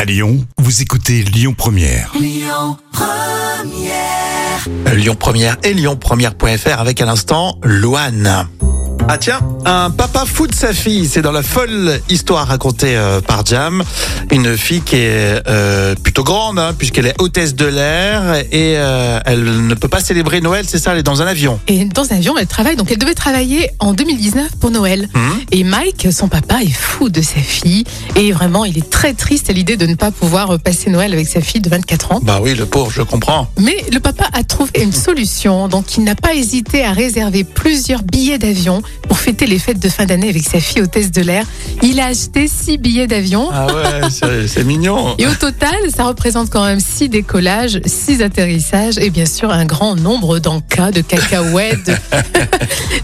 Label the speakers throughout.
Speaker 1: À Lyon, vous écoutez Lyon Première.
Speaker 2: Lyon Première et lyonpremière.fr avec à l'instant Loane. Ah tiens, un papa fou de sa fille, c'est dans la folle histoire racontée euh, par Jam, une fille qui est euh, plutôt grande hein, puisqu'elle est hôtesse de l'air et euh, elle ne peut pas célébrer Noël, c'est ça, elle est dans un avion.
Speaker 3: Et dans un avion, elle travaille. Donc, elle devait travailler en 2019 pour Noël.
Speaker 2: Mhm.
Speaker 3: Et Mike, son papa, est fou de sa fille. Et vraiment, il est très triste à l'idée de ne pas pouvoir passer Noël avec sa fille de 24 ans.
Speaker 2: Bah oui, le pauvre, je comprends.
Speaker 3: Mais le papa a trouvé une solution. Donc, il n'a pas hésité à réserver plusieurs billets d'avion pour fêter les fêtes de fin d'année avec sa fille hôtesse de l'air. Il a acheté six billets d'avion.
Speaker 2: Ah ouais, c'est- c'est mignon.
Speaker 3: Et au total, ça représente quand même six décollages, six atterrissages et bien sûr un grand nombre d'encas, de cacahuètes, de,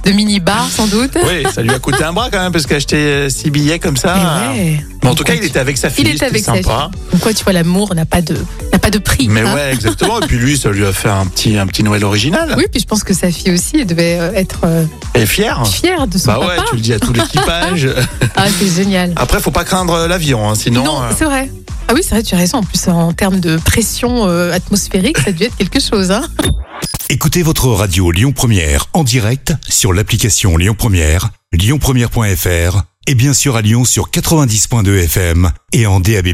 Speaker 3: de mini-bars sans doute.
Speaker 2: Oui, ça lui a coûté un bras quand même parce qu'acheter euh, six billets comme ça.
Speaker 3: Mais
Speaker 2: euh,
Speaker 3: ouais.
Speaker 2: Mais en tout cas, il était avec sa fille.
Speaker 3: Il est
Speaker 2: c'était
Speaker 3: avec sa
Speaker 2: sympa.
Speaker 3: fille. Comme quoi, tu vois, l'amour n'a pas de, n'a pas de prix.
Speaker 2: Mais
Speaker 3: hein.
Speaker 2: ouais, exactement. Et puis lui, ça lui a fait un petit, un petit Noël original.
Speaker 3: Oui, puis je pense que sa fille aussi, elle devait euh, être euh,
Speaker 2: Et fier.
Speaker 3: fière de son
Speaker 2: Bah ouais,
Speaker 3: papa.
Speaker 2: tu le dis à tout l'équipage.
Speaker 3: Ah, c'est génial.
Speaker 2: Après, faut pas craindre l'avion, hein, sinon. euh,
Speaker 3: c'est vrai. Ah oui, c'est vrai, tu as raison. En plus, en termes de pression euh, atmosphérique, ça devait être quelque chose. Hein.
Speaker 1: Écoutez votre radio Lyon Première en direct sur l'application Lyon Première, lyonpremière.fr et bien sûr à Lyon sur 90.2 FM et en DAB+.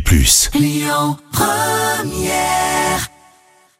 Speaker 4: Lyon Première